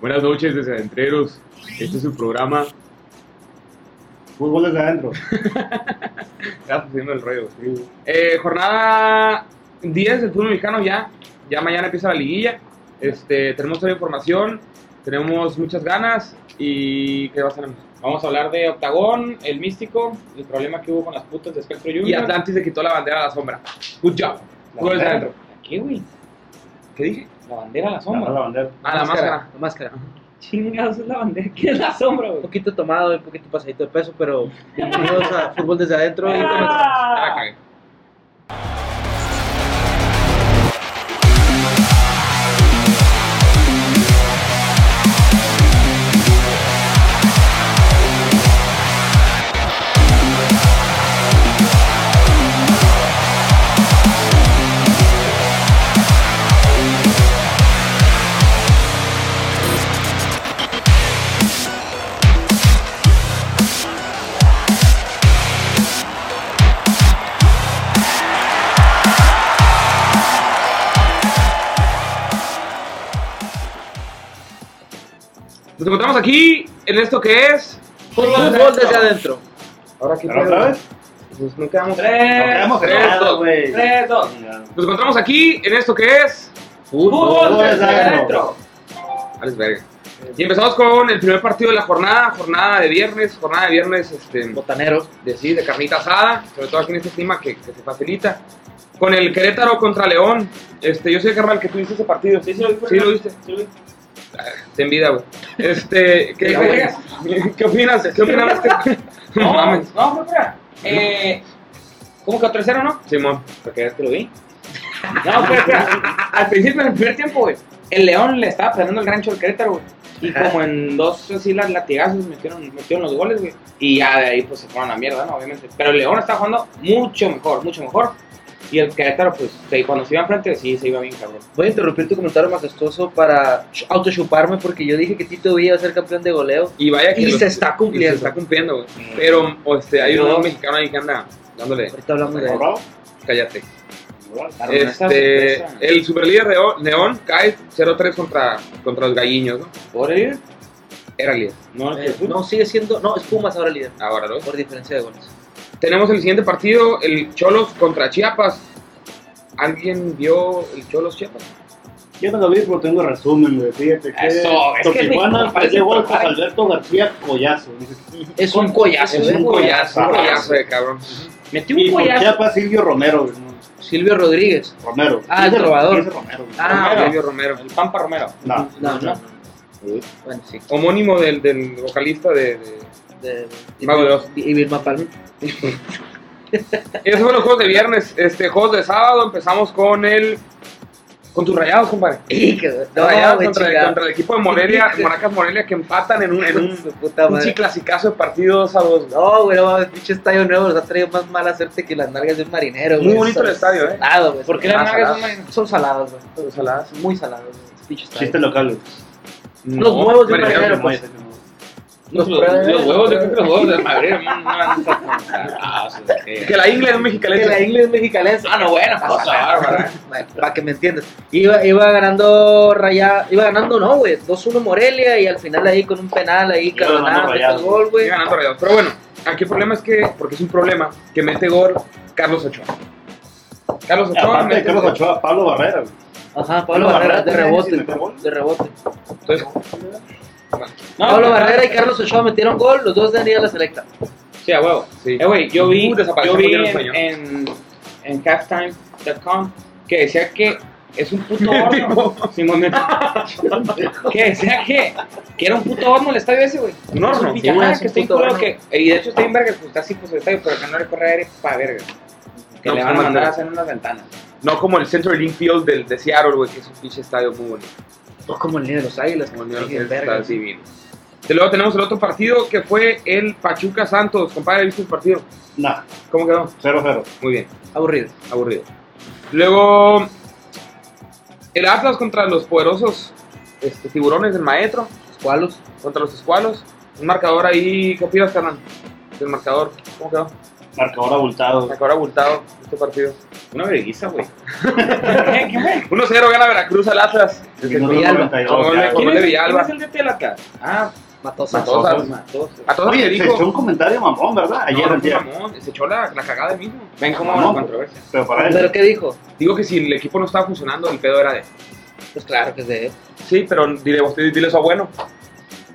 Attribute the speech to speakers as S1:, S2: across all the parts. S1: Buenas noches, desadentreros. Este es su programa.
S2: Fútbol desde adentro.
S1: Ya pusiendo el rollo. Eh, jornada 10 del fútbol mexicano ya. Ya mañana empieza la liguilla. Este, tenemos toda la información, tenemos muchas ganas y ¿qué vas a tener?
S3: Vamos a hablar de Octagón, el místico, el problema que hubo con las putas de Espectro Junior.
S1: Y Atlantis se quitó la bandera a la sombra. Good job. Fútbol desde adentro.
S3: ¿Qué, güey?
S1: ¿Qué dije?
S3: La bandera a la
S2: Agarra
S3: sombra.
S2: la bandera.
S1: Ah, la máscara.
S4: La máscara.
S3: Chingados es la bandera. ¿Qué es la sombra,
S4: Un
S3: güey?
S4: poquito tomado, un poquito pasadito de peso, pero bienvenidos a Fútbol desde adentro. y comenzamos.
S1: Ya Ah, la cagué. Nos encontramos aquí en esto que es.
S4: Fútbol desde adentro.
S1: Ahora sí,
S2: ¿Ahora otra vez?
S1: Pues no quedamos.
S2: Nos quedamos
S1: tres,
S2: cerrados,
S1: dos,
S2: güey.
S3: Tres, dos.
S1: Nos encontramos aquí en esto que es.
S2: Fútbol desde adentro.
S1: Alex Verga. Y empezamos con el primer partido de la jornada, jornada de viernes, jornada de viernes este,
S4: Botanero.
S1: de, sí, de carnita asada, sobre todo aquí en este clima que, que se facilita. Con el Querétaro contra León, este, yo sé, carnal, que tú viste ese partido.
S3: Sí, sí lo vi. por
S1: Sí,
S3: acá.
S1: lo viste.
S3: Sí lo vi.
S1: Ten vida, güey. Este, ¿qué,
S3: Ya, vergas.
S1: ¿qué opinas? ¿Qué opinas? ¿Qué
S3: No,
S1: No mames.
S3: no, no, espera. Eh, ¿Cómo que 3-0, no?
S1: Simón.
S3: Porque es que lo vi. No, pero espera. Al principio, en el primer tiempo, güey, el León le estaba pegando el rancho al Querétaro, güey. Y
S4: Ajá.
S3: como en dos así las latigazos metieron, metieron los goles, güey. Y ya de ahí pues se fueron a la mierda, ¿no? Obviamente. Pero el León estaba jugando mucho mejor, mucho mejor. Y el Querétaro, pues, se- cuando se iba enfrente, sí, se iba bien cabrón.
S4: Voy a interrumpir tu comentario majestuoso para ch- autochuparme porque yo dije que Tito Villa iba a ser campeón de goleo.
S1: Y vaya que
S4: Y
S1: los-
S4: se está
S1: y se
S4: cumpliendo.
S1: está cumpliendo, güey. Pero o este, hay
S3: Yo-
S1: un mexicano ahí que anda dándole.
S4: Ahorita hablamos de eso.
S2: ¿Borrado?
S1: Cállate.
S2: ¿Borrado?
S3: Esta
S1: Este,
S3: sorpresa.
S1: el superlíder Leo- León cae 0-3 contra, contra los galliños, ¿no?
S3: ¿Por ir?
S1: Era líder.
S3: No,
S4: Eh, No, sigue siendo. No, es Pumas ahora líder.
S1: Ahora lo es.
S4: Por diferencia de goles.
S1: Tenemos el siguiente partido, el Cholos contra Chiapas. ¿Alguien vio el Cholos Chiapas?
S2: Yo no lo vi, pero Pues tengo resumen, güey. Fíjate que.
S3: Eso, es que mi
S2: Totijuana
S3: compa es
S2: perdió gol con
S3: total.
S2: Alberto García Collazo.
S4: Es un collazo,
S2: Es
S4: ¿eh?
S2: un collazo,
S1: Un
S2: Ah,
S1: collazo de cabrón.
S3: Metí
S2: Y
S3: un
S2: por
S3: pollazo.
S2: Chiapas, Silvio Romero, güey.
S4: Silvio Rodríguez.
S2: Romero.
S4: Ah, el
S2: Dice-
S4: trovador.
S2: dice Romero, güey.
S4: Ah,
S1: Romero,
S4: ok.
S1: Silvio Romero.
S3: El Pampa Romero.
S2: No.
S4: No, no.
S1: Sí.
S4: Bueno, sí.
S1: Homónimo del, del vocalista de, de-
S4: De,
S1: Mago de Oz.
S4: y y Vilma Palma.
S1: Esos fueron los juegos de viernes. Este, juegos de sábado empezamos con el... Con tus rayados, compadre.
S4: Y que-
S1: Los rayados
S4: güey,
S1: contra, el,
S4: chingada.
S1: contra el equipo de Morelia, Monarcas Morelia, que empatan en un, en un,
S4: Su puta
S1: un
S4: madre.
S1: clasicazo de partidos a dos.
S4: No, güey, no mames, pinche estadio nuevo nos ha traído más mala suerte que las nalgas de un marinero,
S1: Muy
S4: güey.
S1: bonito el
S4: Son
S1: estadio, ¿eh?
S4: salado, güey.
S3: ¿Por qué
S1: Ah,
S3: las nalgas
S1: salado.
S3: son marinas?
S4: Son salados, güey.
S1: Saladas.
S4: Son Muy salados, güey. ese Pinche estadio.
S2: Chiste local, güey.
S4: Los huevos de un
S1: Marinero,
S4: marinero,
S2: No,
S4: pues.
S2: ese no.
S3: Los,
S4: Los pruebas.
S3: los huevos, yo creo que los huevos de Madrid, hermano, no van a Ah, estar con
S1: Que la ingle es mexicana.
S4: Que la inglés mexicalense.
S3: Ah, no, bueno, cosa bárbara.
S4: Para que me entiendas. Iba, iba ganando Raya, iba ganando, no, güey. 2-1 Morelia y al final ahí con un penal ahí,
S2: Iba ganando
S4: Cardonal, mete
S2: Rayados.
S4: el gol, güey.
S1: Sigue ganando Rayados. Pero bueno, aquí el problema es que, porque es un problema, que mete gol Carlos Ochoa. Carlos Ochoa
S2: Aparte de
S1: mete
S2: Carlos
S1: gol.
S2: Ochoa, Pablo Barrera, güey.
S4: Ajá, Pablo
S2: Pablo
S4: Barrera,
S2: Barrera,
S4: de
S2: ¿tiene años
S4: rebote.
S2: sin meter gol?
S4: De rebote.
S1: Entonces,
S3: No,
S4: Pablo
S3: no,
S4: Barrera
S3: no.
S4: y Carlos Ochoa metieron gol, los dos de Daniel la selecta.
S3: Sí, a huevo.
S1: sí.
S3: Eh, güey, yo vi,
S1: Uh, desapareció
S3: yo vi
S1: porque no
S3: en,
S1: sueño.
S3: en, en halftime.com que decía que es un puto horno.
S1: Tipo.
S3: Simón, neta. que decía que, que era un puto horno el estadio ese, güey.
S1: Un horno.
S3: Es
S1: Sí,
S3: pijamada,
S4: güey, es
S3: que
S4: un
S3: está en
S4: puto
S3: culo
S4: horno.
S3: que- Y de hecho está en verga, pues está así, pues el estadio, pero acá no le corre aire pa' verga. Que
S1: No,
S3: le
S1: pues,
S3: van a
S1: no
S3: mandar a
S1: mandaron.
S3: hacer unas ventanas.
S1: No como el Central Link Field del, de Seattle, güey, que es un pinche estadio muy bonito.
S4: No como el niño de los águilas,
S1: Como
S4: como
S1: el
S4: el
S1: mío, que
S4: de
S1: está
S4: verga.
S1: divino. Y luego tenemos el otro partido que fue el Pachuca Santos. Compadre, ¿viste el partido?
S2: No,
S1: ¿Cómo quedó?
S2: 0-0.
S1: Muy bien,
S4: Aburrido.
S1: aburrido. Luego, el Atlas contra los poderosos este, tiburones del maestro.
S4: Cualos.
S1: contra los escualos. Un marcador ahí, ¿qué opinas, carnal? Del marcador, ¿cómo quedó?
S2: Marcador abultado.
S1: Marcador abultado este partido.
S3: Una verguiza, güey. ¿Qué, qué, güey?
S1: 1-0 gana Veracruz al Atlas. Es el
S2: Minuto
S4: Villalba.
S2: 92,
S1: Gol de-
S2: ya,
S1: gol
S2: güey.
S3: ¿Quién
S1: de
S3: es,
S1: Villalba.
S3: quién es el de Telaca? Ah,
S4: Matosas.
S1: Matosas.
S3: Matosas.
S1: A todos
S2: Oye,
S1: le
S2: se echó un
S1: dijo.
S2: comentario mamón, ¿verdad? Ayer,
S1: no, no,
S2: antier.
S1: mamón, se echó la, la cagada mismo.
S3: Ven cómo va
S2: No.
S3: la controversia.
S2: Pero para él.
S4: ¿Pero qué dijo?
S1: Digo que si el equipo no estaba funcionando, el pedo era de.
S4: Pues claro que es de él.
S1: Sí, pero dile, usted, dile eso a bueno.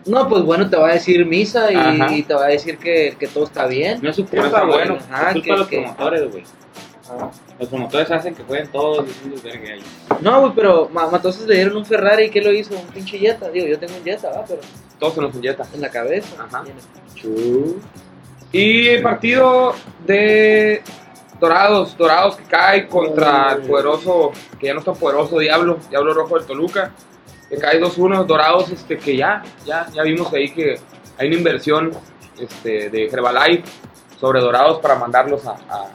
S4: No, pues bueno, te va a decir misa
S1: Ajá.
S4: y, y te va a decir que, que todo está bien.
S3: No es su
S1: Que no
S3: culpa,
S1: está
S3: güey. Ah,
S1: bueno.
S4: Ajá,
S3: es culpa de los
S4: que- que-
S3: promotores, güey. Los promotores hacen que jueguen todos diciendo verga ahí.
S4: No, güey, pero Ma- Matosas le dieron un Ferrari y ¿qué lo hizo? Un pinche Jetta. Digo, yo tengo un Jetta, ¿va? Pero
S1: Todo se nos inyecta.
S4: en la cabeza.
S1: Ajá.
S4: Y en el-
S1: Y el partido de Dorados, Dorados que cae contra el poderoso, que ya no está poderoso, Diablo, Diablo Rojo del Toluca, que cae 2-1, Dorados este, que ya, ya, ya vimos ahí que hay una inversión este, de Herbalife sobre Dorados para mandarlos a, a-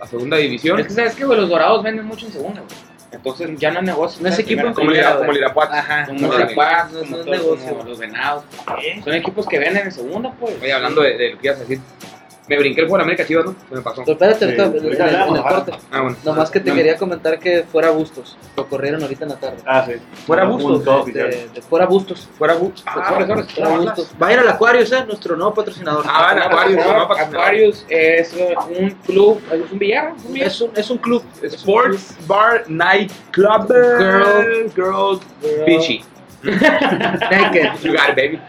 S1: a segunda
S3: Es
S1: división,
S3: que sabes que, güey, los dorados venden mucho en segunda, güey. Entonces ya no es negocio.
S4: No es
S3: estar en primera.
S4: equipo en
S1: como el, Ira- como el Irapuato.
S4: Ajá.
S3: Como
S1: no
S3: los
S1: es
S3: Jaguars,
S4: no es-
S3: como
S4: no es
S3: todos,
S4: negocio.
S3: como los venados. Son equipos que venden en segunda, pues.
S1: Oye, hablando de, de lo que ibas a decir, me brinqué el juego de América Chivas, ¿no? Se me pasó.
S4: Pero espérate,
S2: Sí,
S4: ahorita en el-
S2: ahorita
S4: en el,
S2: hablamos,
S4: corte.
S1: Ah, bueno.
S4: Nomás que te
S1: No,
S4: quería comentar que fuera Bustos. Lo corrieron ahorita en la tarde.
S2: Ah, sí.
S1: Fuera
S2: Un
S1: Bustos,
S2: punto
S4: De-
S2: oficial.
S4: de- de fuera Bustos.
S1: Fuera Bucks.
S3: Ah, sobres, sobres,
S4: Fuera
S3: sobres.
S4: Bustos. Vayan al Acuarios, ¿eh? Nuestro nuevo patrocinador.
S1: Ah, van a- Aquarius,
S3: Aquarius,
S1: ¿no? Para que-
S3: es eh, un club, es un billar, es un billar.
S4: es, un, es un club.
S1: Sports Bar Night Club.
S4: Girl.
S1: Girls.
S4: Girl.
S1: Bitchy.
S4: Naked.
S1: You got it, baby.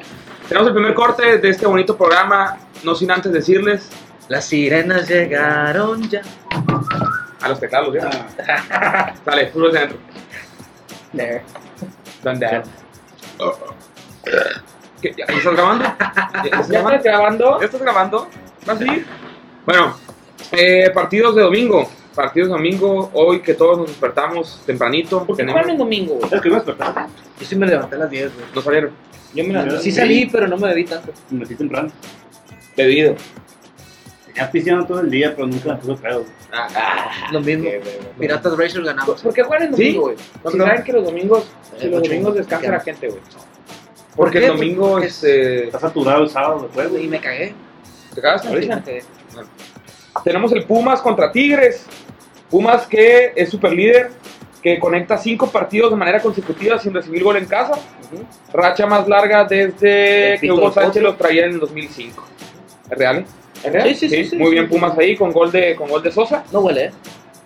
S1: Tenemos el primer corte de este bonito programa. No sin antes decirles
S4: Las sirenas llegaron ya.
S1: a los teclados, ¿ya?
S2: Ah.
S1: Sale, fútbol de adentro. ¿Dónde? ¿Qué? ¿Ya estás grabando? ¿Ya estás
S3: ¿Ya
S1: grabando?
S3: estás grabando?
S1: ¿Ya estás grabando? ¿Vas a ir? Bueno, eh, partidos de domingo. Partidos de domingo. Hoy que todos nos despertamos tempranito.
S3: ¿Por qué no
S1: tenemos-
S3: van el domingo, güey?
S2: Es que me despertaste.
S4: Yo sí me levanté a las 10, güey.
S1: No salieron.
S3: Yo me la
S4: Sí salí, pero no me bebí tanto.
S2: Me metí temprano.
S3: bebido.
S2: Tenía pisteando todo el día, pero nunca me puse pedo.
S4: Lo mismo.
S3: Qué bebé.
S4: Piratas Racers ganamos.
S3: ¿Por qué juegan el
S1: Sí.
S3: domingo, güey? Si
S1: no.
S3: saben que los domingos, si
S4: Eh,
S3: los
S4: ocho.
S3: domingos descansa
S4: Ya.
S3: la gente, güey.
S1: Porque
S4: qué? Pues
S1: el domingo,
S4: Porque-
S1: este.
S2: Está saturado el sábado de juego.
S4: Y me cagué.
S1: ¿Te cagaste?
S4: Sí, me cagué.
S1: Tenemos el Pumas contra Tigres. Pumas que es superlíder, que conecta cinco partidos de manera consecutiva sin recibir gol en casa.
S4: Ujú.
S1: Racha más larga desde
S4: El
S1: que
S4: Pito
S1: Hugo
S4: Alfonso.
S1: Sánchez los traía en el 2005. ¿Es real?
S3: ¿Es real?
S4: Sí, sí, sí, sí,
S1: Muy
S4: sí.
S1: bien Pumas ahí con gol de, con gol de Sosa.
S4: No huele, ¿eh?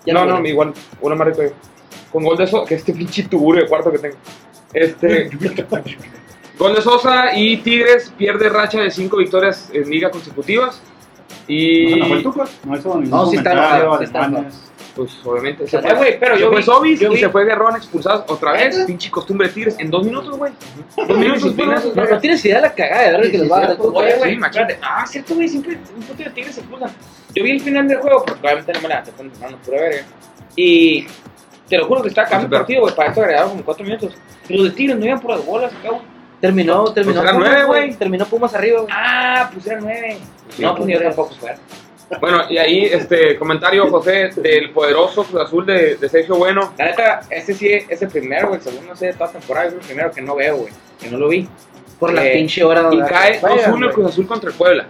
S4: Ya
S1: no, no,
S4: huele.
S1: igual, uno más rico yo. Con gol de Sosa, que este pinche tuburio de cuarto que tengo. Este. gol de Sosa y Tigres pierde racha de cinco victorias en liga consecutivas.
S2: No,
S1: Y.
S2: no fue el Tuca. No hizo ningún
S4: No, sí está
S2: comentario,
S4: enojado, sí está
S2: ademanes.
S1: pues obviamente. Se
S4: Salió.
S1: fue, güey, pero
S3: Se
S1: yo
S3: fue
S1: vi.
S3: Sobis, yo
S1: y
S3: vi.
S1: se fue Guerrón expulsado otra vez.
S4: ¿Neta?
S1: Pinche costumbre de Tigres. En dos minutos, güey. Dos
S4: Pero
S1: minutos, fueron esos,
S4: no,
S1: vergas.
S4: tienes idea de la cagada de verga que les va a dar el
S1: pues,
S4: Tuca,
S3: Oye,
S4: ¿eh?
S3: güey,
S1: Sí, machete.
S3: espérate. Ah, cierto, güey, siempre un puto de tigres se expulsan. Yo vi el final del juego, porque obviamente no me levanté tan temprano, pura verga. Y te lo juro que estaba acabando el partido, güey, para esto agregaron como cuatro minutos. Y los de tigres no iban por las bolas, cabrón.
S4: Terminó, terminó.
S1: pues eran
S4: Pumas,
S1: nueve,
S4: güey.
S1: güey.
S4: Terminó Pumas arriba, güey.
S3: Ah, pues eran nueve.
S1: Sí.
S3: No, pues yo tampoco fue.
S1: Bueno, y ahí, este comentario, José, del poderoso Cruz Azul de, de Sergio Bueno.
S3: La neta, ese sí es el primero, güey, el segundo, no sé, de toda temporada, es el primero que no veo, güey, que no lo vi.
S4: Por la
S3: Eh,
S4: pinche hora.
S1: Y
S4: güey.
S1: cae
S4: Vayan,
S1: 2-1 el
S4: güey.
S1: Cruz Azul contra el Puebla.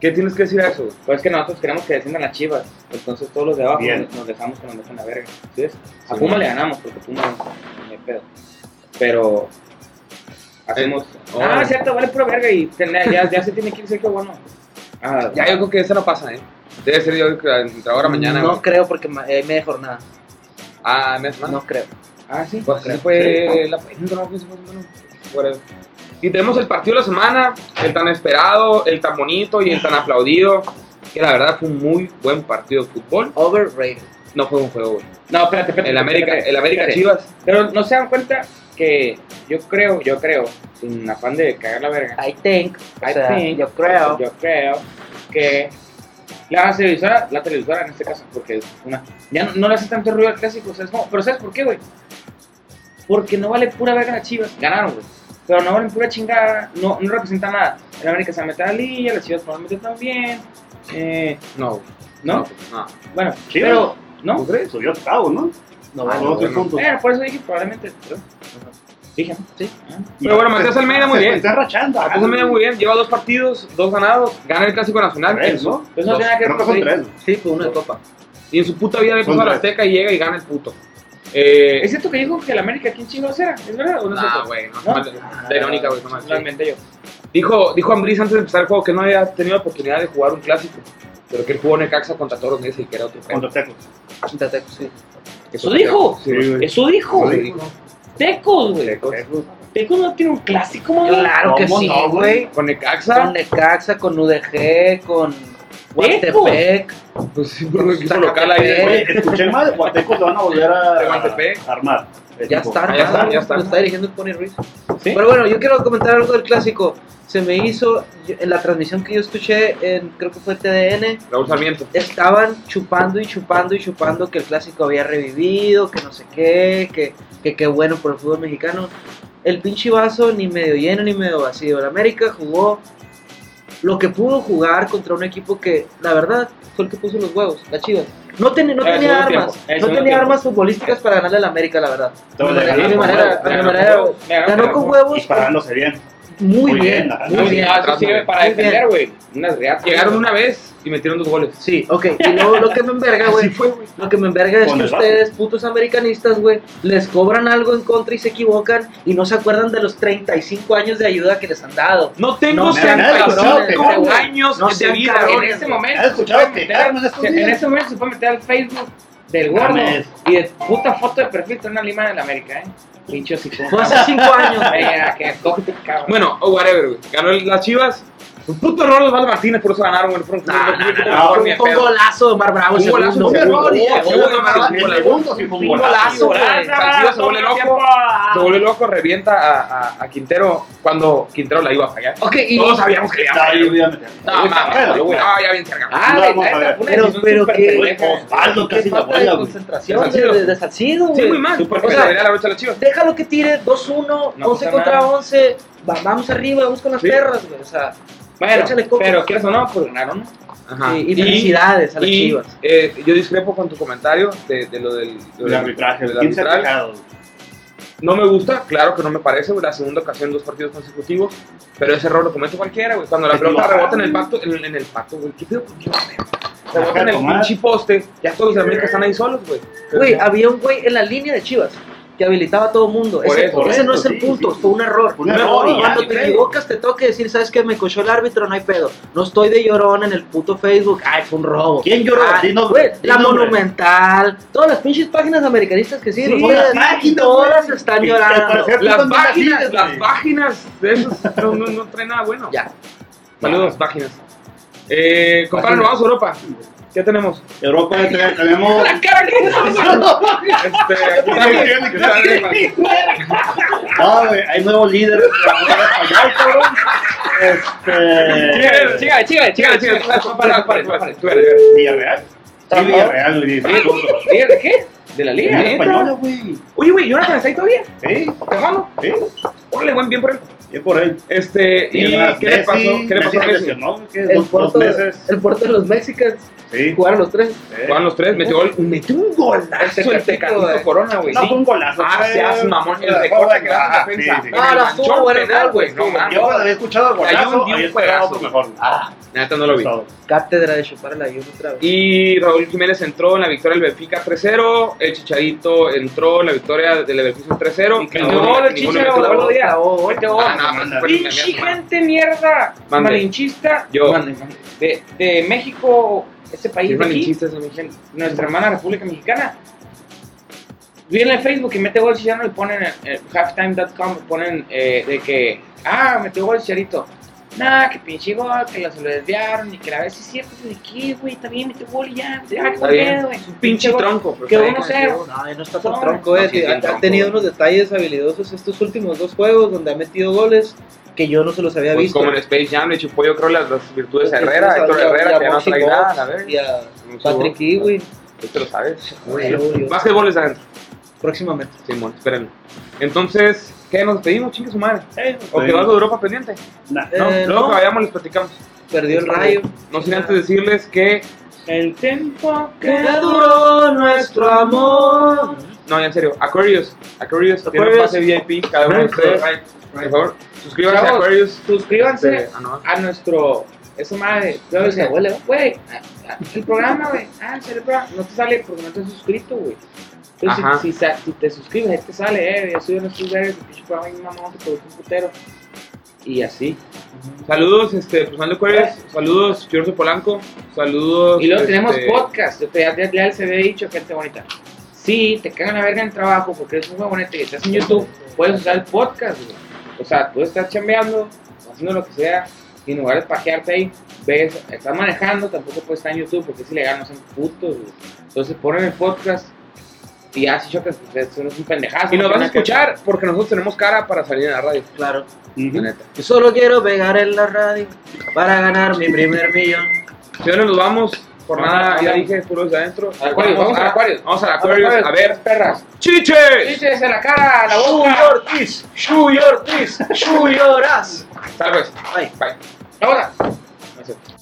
S1: ¿Qué tienes que decir a eso, güey?
S3: Pues es que nosotros queremos que desciendan las chivas, entonces todos los de abajo
S2: Bien.
S3: nos dejamos que nos dejen la verga. ¿Sí ves? A
S1: Sí.
S3: Puma le ganamos, porque Puma no hay pedo. Pero hacemos.
S1: Eh,
S3: ah,
S1: oh.
S3: cierto, vale pura verga y tener- ya, ya se tiene que ir Sergio Bueno. Ah,
S1: Ya yo creo que eso no pasa, ¿eh? Debe ser yo creo que entre ahora y mañana.
S4: No
S1: güey.
S4: creo porque ma- eh, media jornada.
S1: Ah, mes más.
S4: No creo.
S3: ah, sí.
S1: Pues así fue la no, pues, bueno, whatever. Y tenemos el partido de la semana, el tan esperado, el tan bonito y el tan aplaudido. Que la verdad fue un muy buen partido de fútbol.
S4: Overrated.
S1: No fue un juego, güey.
S3: No, espérate, espérate.
S1: El América,
S3: espérate,
S1: el América
S3: espérate.
S1: Chivas.
S3: Pero no se dan cuenta que yo creo, yo creo, sin afán de cagar la verga.
S4: I think. O
S3: I
S4: sea,
S3: think,
S4: yo creo.
S3: Yo creo que la televisora, la televisora en este caso, porque es una, ya no, no le hace tanto ruido al clásico, ¿sabes? cómo? pero ¿sabes por qué, güey? Porque no vale pura verga las chivas. Ganaron, güey. Pero no valen pura chingada, no, no representa nada. En América se va a meter a la liga, las chivas probablemente también. Eh,
S1: No, güey.
S3: ¿No?
S1: No.
S3: bueno,
S2: Chivas.
S3: pero,
S1: ¿Tú
S3: ¿no?
S1: crees?
S2: Subió octavo, ¿no?
S4: No,
S1: Ah,
S4: vale.
S1: no,
S2: Luego tres
S1: bueno.
S2: puntos.
S3: Eh, por eso dije probablemente. ¿no? Dije, ¿no?
S4: Sí.
S3: Ah.
S1: Pero bueno, Matías Almeida muy
S2: Se-
S1: bien.
S2: se Está rachando.
S1: Entonces me ve muy bien, lleva dos partidos, dos ganados, gana el Clásico Nacional.
S2: Tres, ¿no?
S3: Pues no
S1: Dos.
S3: tiene nada que ver
S2: Creo que
S3: con
S2: son
S3: eso.
S2: tres.
S4: Sí, pues una de copa.
S1: Y en su puta vida ve
S2: Son
S1: pasado a la
S2: tres.
S1: Azteca y llega y gana el puto. Eh,
S3: Es cierto que dijo que el América aquí en Chivas era, ¿es verdad? ¿O no es
S1: nah,
S3: cierto?
S1: güey, no,
S3: ¿No?
S1: mal- la irónica, güey, no mal.
S3: No la inventé yo.
S1: Dijo, dijo Ambriz antes de empezar el juego que no había tenido oportunidad de jugar un clásico, pero que él jugó Necaxa contra Toros Nesa y que era otro. pedo.
S2: Contra Tecos.
S4: Contra Tecos, sí.
S3: ¿Eso dijo?
S1: Sí, güey.
S3: Eso
S1: Eso
S3: dijo, güey.
S1: dijo.
S3: Tecos, güey.
S1: Tecos.
S3: Tecos no tiene un clásico, mamá.
S4: Claro que
S2: ¿Cómo
S4: sí,
S2: no, güey?
S4: güey.
S1: Con
S4: Con
S1: Necaxa,
S4: Necaxa, con UDG, con Huastepec.
S1: pues sí, güey, quiso local ahí.
S4: Zacatepec.
S1: güey.
S2: Oye, escuché mal, Guatecos lo van a volver
S1: De
S2: a,
S1: Guantepec.
S2: a armar. El
S4: Ya
S2: equipo.
S4: está,
S1: Ya está, ya está.
S4: ya está. Lo está dirigiendo el Pony Ruiz.
S3: ¿Sí?
S4: Pero bueno, yo quiero comentar algo del clásico. Se me hizo, yo- en la transmisión que yo escuché, en, creo que fue TDN,
S1: Raúl Sarmiento.
S4: estaban chupando y chupando y chupando que el clásico había revivido, que no sé qué, que que qué bueno por el fútbol mexicano. El pinche vaso ni medio lleno ni medio vacío. El América jugó lo que pudo jugar contra un equipo que, la verdad, fue el que puso los huevos, la Chivas. No, ten- no
S1: En el
S4: tenía
S1: segundo
S4: armas,
S1: tiempo, en el
S4: no
S1: segundo
S4: tenía
S1: tiempo.
S4: armas futbolísticas para ganarle al América, la verdad.
S2: Todo le
S4: De
S2: ganó
S4: mi
S2: con
S4: manera,
S2: huevos,
S4: de
S2: le
S4: mi
S2: ganó
S4: manera,
S2: con huevos.
S3: Me ganaron
S4: Ganó con
S2: Y
S4: huevos
S2: parándose bien.
S4: muy
S2: Muy bien,
S4: bien,
S2: ajá.
S4: muy
S1: Muy
S4: bien.
S1: bien.
S3: Ah, eso sirve para
S4: Muy bien.
S3: defender, güey. Unas reatas.
S1: Llegaron una vez y metieron dos goles.
S4: Sí, ok. Y luego lo que me enverga, güey. Lo que me enverga es
S2: Con
S4: que
S2: el
S4: ustedes, putos americanistas, güey, les cobran algo en contra y se equivocan y no se acuerdan de los 35 años de ayuda que les han dado.
S1: No tengo
S4: No,
S2: me ganaron,
S1: 75
S4: cabrón.
S1: años
S4: No
S1: de
S4: sean
S1: vida,
S4: cabrones.
S3: En
S1: güey.
S3: ese momento.
S2: ¿Has escuchado
S3: se puede
S2: que
S3: meter-
S2: Carmen estos
S3: se- En
S2: días?
S3: ese momento se puede meter al Facebook del gordo
S2: Mames.
S3: y de puta foto de perfil trae una lima de la América, ¿eh? Pincho así
S4: Fue hace 5 años, güey.
S3: que cógete, cabrón.
S1: Bueno, o whatever, güey. Ganó el- las Chivas. Un puto error de Osvaldo Martínez, por eso ganaron, güey. Fueron-
S4: No, no, Ah, no,
S1: Mejor
S4: no,
S1: ni de
S4: fue un
S1: pedo.
S4: golazo de Mar Bravo.
S1: Un
S4: el
S1: golazo,
S4: segundo,
S1: un
S4: güey.
S1: error, y-
S4: Fue un golazo.
S2: El segundo sí fue un
S1: Un
S2: golazo.
S1: golazo, güey.
S4: Golazo,
S1: Salcido se vuelve loco. Se vuelve loco, revienta a, a- a Quintero cuando Quintero la iba a fallar.
S4: Ok, y,
S1: Todos sabíamos que le iba a
S2: Ya,
S1: fallar.
S2: yo
S1: güey.
S2: voy a meter.
S1: No,
S2: Uy,
S1: mames,
S2: bueno,
S1: güey.
S2: bueno.
S1: No, ya bien cerca.
S3: Ah,
S2: No,
S3: güey,
S2: vamos
S3: esa
S2: a ver.
S3: fue una
S4: Pero-
S3: decisión
S4: pero
S3: súper
S4: que-
S3: pendeja.
S2: Osvaldo
S4: qué
S2: casi la
S4: falta de
S2: bola, güey.
S4: concentración
S1: Salcido.
S4: de, de, de Salcido,
S1: Sí,
S4: güey.
S1: muy mal.
S4: Súper
S1: Porque
S4: mal.
S1: se debería la lucha a las Chivas.
S4: Déjalo que tire 2-1,
S3: No
S4: 11
S3: pasa
S4: contra
S3: nada.
S4: 11. va- vamos arriba, vamos con las
S1: Sí.
S4: perras, güey. O sea,
S3: Bueno,
S4: Échale coco.
S3: pero quieres o no, pues ganaron.
S1: Ajá.
S4: y, y felicidades a las
S1: y,
S4: Chivas.
S1: eh, yo discrepo con tu comentario de, de lo del, lo
S2: El
S1: del-
S2: arbitraje,
S1: del
S2: el 15
S1: arbitral.
S2: pecados.
S1: No me gusta, claro que no me parece, güey, la segunda ocasión, dos partidos consecutivos, pero ese error lo comete cualquiera, güey. Cuando la
S2: Es
S1: pelota
S2: normal.
S1: rebota en el pacto, en, en el pacto, güey, qué pedo con Dios, güey? Rebota en el
S2: Tomás.
S1: pinche poste, ya todos los América están ahí solos, güey. Pero
S4: Güey,
S1: no.
S4: había un güey en la línea de Chivas que habilitaba a todo mundo.
S1: Por
S4: Ese,
S1: eso,
S4: ese no es
S2: eso, ¿eh?
S4: el
S2: sí,
S4: punto,
S2: sí.
S4: fue un error.
S2: Un
S1: error,
S2: error, y
S1: y
S4: Cuando
S1: Ah,
S4: te
S1: creo.
S4: equivocas te tengo que decir, ¿sabes qué? Me cochó el árbitro, no hay pedo. No estoy de llorón en el puto Facebook. Ay, fue un robo.
S2: ¿Quién lloró?
S4: Ah,
S2: Di nombre,
S4: güey,
S2: di
S4: la
S2: nombre.
S4: Monumental, todas las pinches páginas americanistas que siguen.
S2: Sí,
S4: güey,
S2: las páginas,
S4: todas
S2: güey.
S4: están
S2: Sí, al
S4: llorando.
S2: parecer-
S1: las
S2: Son
S1: páginas,
S2: así,
S1: las
S2: güey.
S1: páginas de esos no, no, no traen nada bueno.
S4: Ya.
S1: Saludos, páginas. Eh, compadre, nos vamos a Europa. ¿Qué tenemos?
S2: Europa te- tenemos.
S1: Este, aquí está, güey, aquí está, güey.
S2: No, güey, hay nuevos líderes. de la Liga Española, cabrón. Este.
S3: Chígale, chígale,
S1: Chígale,
S3: chígale,
S1: chígale,
S3: chígale.
S1: compadre, compadre, compadre, compadre, tú eres,
S2: Villarreal. Sí, Villarreal, güey. Villarreal,
S3: ¿Líder de qué? De la liga.
S1: ¿Neta?
S2: española, güey.
S1: Oye, güey, ¿y ahora está ahí todavía?
S2: Sí,
S1: ¿Te mano?
S2: sí.
S1: Órale, buen bien por él.
S2: Yo por ahí.
S1: Este, ¿y
S2: además,
S1: qué le pasó?
S2: Messi,
S1: ¿Qué le
S2: Messi
S1: pasó a
S2: se
S1: Messi?
S2: lesionó, güey, que
S4: El
S2: dos, dos
S4: puerto,
S2: meses.
S4: el puerto de los mexicanos.
S2: Sí.
S4: Jugaron los tres.
S2: sí.
S1: Jugaban los tres, metió gol. Metió un golazo el
S3: Tecatito,
S1: Tecatito
S3: eh.
S1: Corona, güey.
S2: No, fue un golazo.
S1: Ah,
S2: fue-
S1: seas mamón, el
S2: Ah,
S1: recorte que da
S2: ah,
S1: la defensa.
S2: sí, sí.
S1: En el
S4: Ah, la
S1: manchón,
S4: estuvo buena,
S1: penal, güey.
S4: estuvo
S1: No
S4: buena.
S1: mames.
S2: Yo cuando había escuchado el
S1: Cayó un día
S2: golazo,
S1: un
S2: había esperado
S1: juegazo,
S2: otro mejor. Ah,
S1: Neta, no lo vi.
S2: todo.
S4: Cátedra de chupar la ayuda otra vez.
S1: Y Raúl Jiménez entró en la victoria del Benfica 3-0. El Chicharito entró en la victoria del Benfica 3-0.
S3: Y que
S1: Ninguno-
S3: no, el
S1: ninguno
S3: Chicharo,
S1: metió gol.
S3: boludo, ya.
S4: Oh, oh,
S1: Ah, no, pues,
S2: Manda.
S1: fue el
S3: Pinche
S1: primer semana.
S3: gente mierda
S1: Mande.
S3: malinchista
S1: Yo.
S3: Mande, mande. de, de México, este país
S1: Es
S3: de aquí,
S1: malinchistas, amigo.
S3: de nuestra hermana República Mexicana. Viene el Facebook y mete gol Chicharito y ponen eh, en en halftime.com, ponen eh, de que, ah, metió gol Chicharito. Nah, que pinche gol, que la se lo desviaron y que la vez sí es cierto, de que, güey, está bien, metió gol y ya, ya,
S1: Está
S3: qué
S1: bien.
S3: pedo, güey.
S1: Un pinche
S3: gol.
S1: tronco. pero
S3: Que
S1: está bien
S3: uno
S1: que
S3: cero.
S1: metió gol.
S4: No, no está
S3: No,
S4: tan tronco,
S1: no,
S4: eh.
S1: sí, sí,
S4: Ha-
S1: tronco,
S4: ha tenido
S1: güey.
S4: unos detalles habilidosos estos últimos dos juegos donde ha metido goles que yo no se los había
S1: Pues
S4: visto.
S1: como en Space Jam le chupó yo creo las, las virtudes a
S4: Entonces,
S1: Herrera,
S4: a-
S1: Héctor
S4: a- y
S1: Herrera
S4: a
S1: que ya no
S4: Moxie
S1: trae nada, la
S4: Box
S1: verga.
S4: Y a
S1: Moxie
S4: Patrick
S1: Box.
S4: Kiwi.
S1: Tú te lo sabes.
S4: Obvio.
S1: Básquetbol es adentro.
S4: Próximamente.
S1: Simón, espérenlo. Entonces, ¿qué? ¿Nos despedimos? Chingue su madre.
S2: Eh,
S1: ¿O quedó algo de Europa pendiente?
S2: Nah.
S1: No,
S4: Eh,
S1: luego
S4: no.
S1: que vayamos les platicamos.
S4: Perdió el rayo.
S1: No sin antes decirles que...
S3: El tiempo que
S4: Que duró nuestro amor.
S1: No, ya en serio. Aquarius. Aquarius tiene un
S4: Aquarius.
S1: pase VIP cada uno de ustedes. Por favor, suscríbanse a
S3: Chavos,
S1: Aquarius.
S3: suscríbanse
S1: Este, ah, no.
S3: a nuestro. Eso madre. Yo
S4: Ese
S3: decía,
S4: abuelo.
S3: güey, a- a- el programa, güey. Ah, en serio, el programa. No te sale porque no te has suscrito, güey. Entonces,
S1: Ajá.
S3: si, si sa- si te suscribes, ahí te sale, eh, yo soy uno de estos vergas, el pinche programa ahí, mamón, que produjo un putero. Y así.
S1: Saludos, este, Fernando Cuevas, saludos, Fiorzo Polanco, saludos.
S3: Y luego
S1: este,
S3: tenemos podcast. Yo te, ya, ya- ya se había dicho, gente bonita. Sí, te cagan la verga en el trabajo porque eres un huevonete y estás en YouTube. Puedes usar el podcast, güey. O sea, tú estás chambeando, haciendo lo que sea, y en lugar de pajearte ahí, ves, estás manejando, tampoco puedes estar en YouTube porque es ilegal, no son putos, güey. Entonces ponen el podcast y ya si chocas, pues eso no es un pendejazo.
S1: Y nos
S3: no
S1: van a
S3: tiene que-
S1: escuchar porque nosotros tenemos cara para salir en la radio.
S4: Claro.
S1: la
S3: Ujú.
S1: neta.
S4: Yo solo quiero pegar en la radio para ganar mi primer millón.
S1: Señores, nos vamos. Por
S3: Vamos,
S1: nada, ya
S3: vamos.
S1: dije, puro desde adentro.
S3: Ah, Acuarios, vamos al Acuarios.
S1: Vamos al
S3: Vamos,
S1: Acuarios. A ver,
S3: perras.
S1: chiches.
S3: Dices en la cara, a la boca.
S4: Chuy Ortiz, Chuy Ortiz, Chuy Horas.
S1: Tal vez.
S4: Ay.
S1: Bye.
S3: La boca.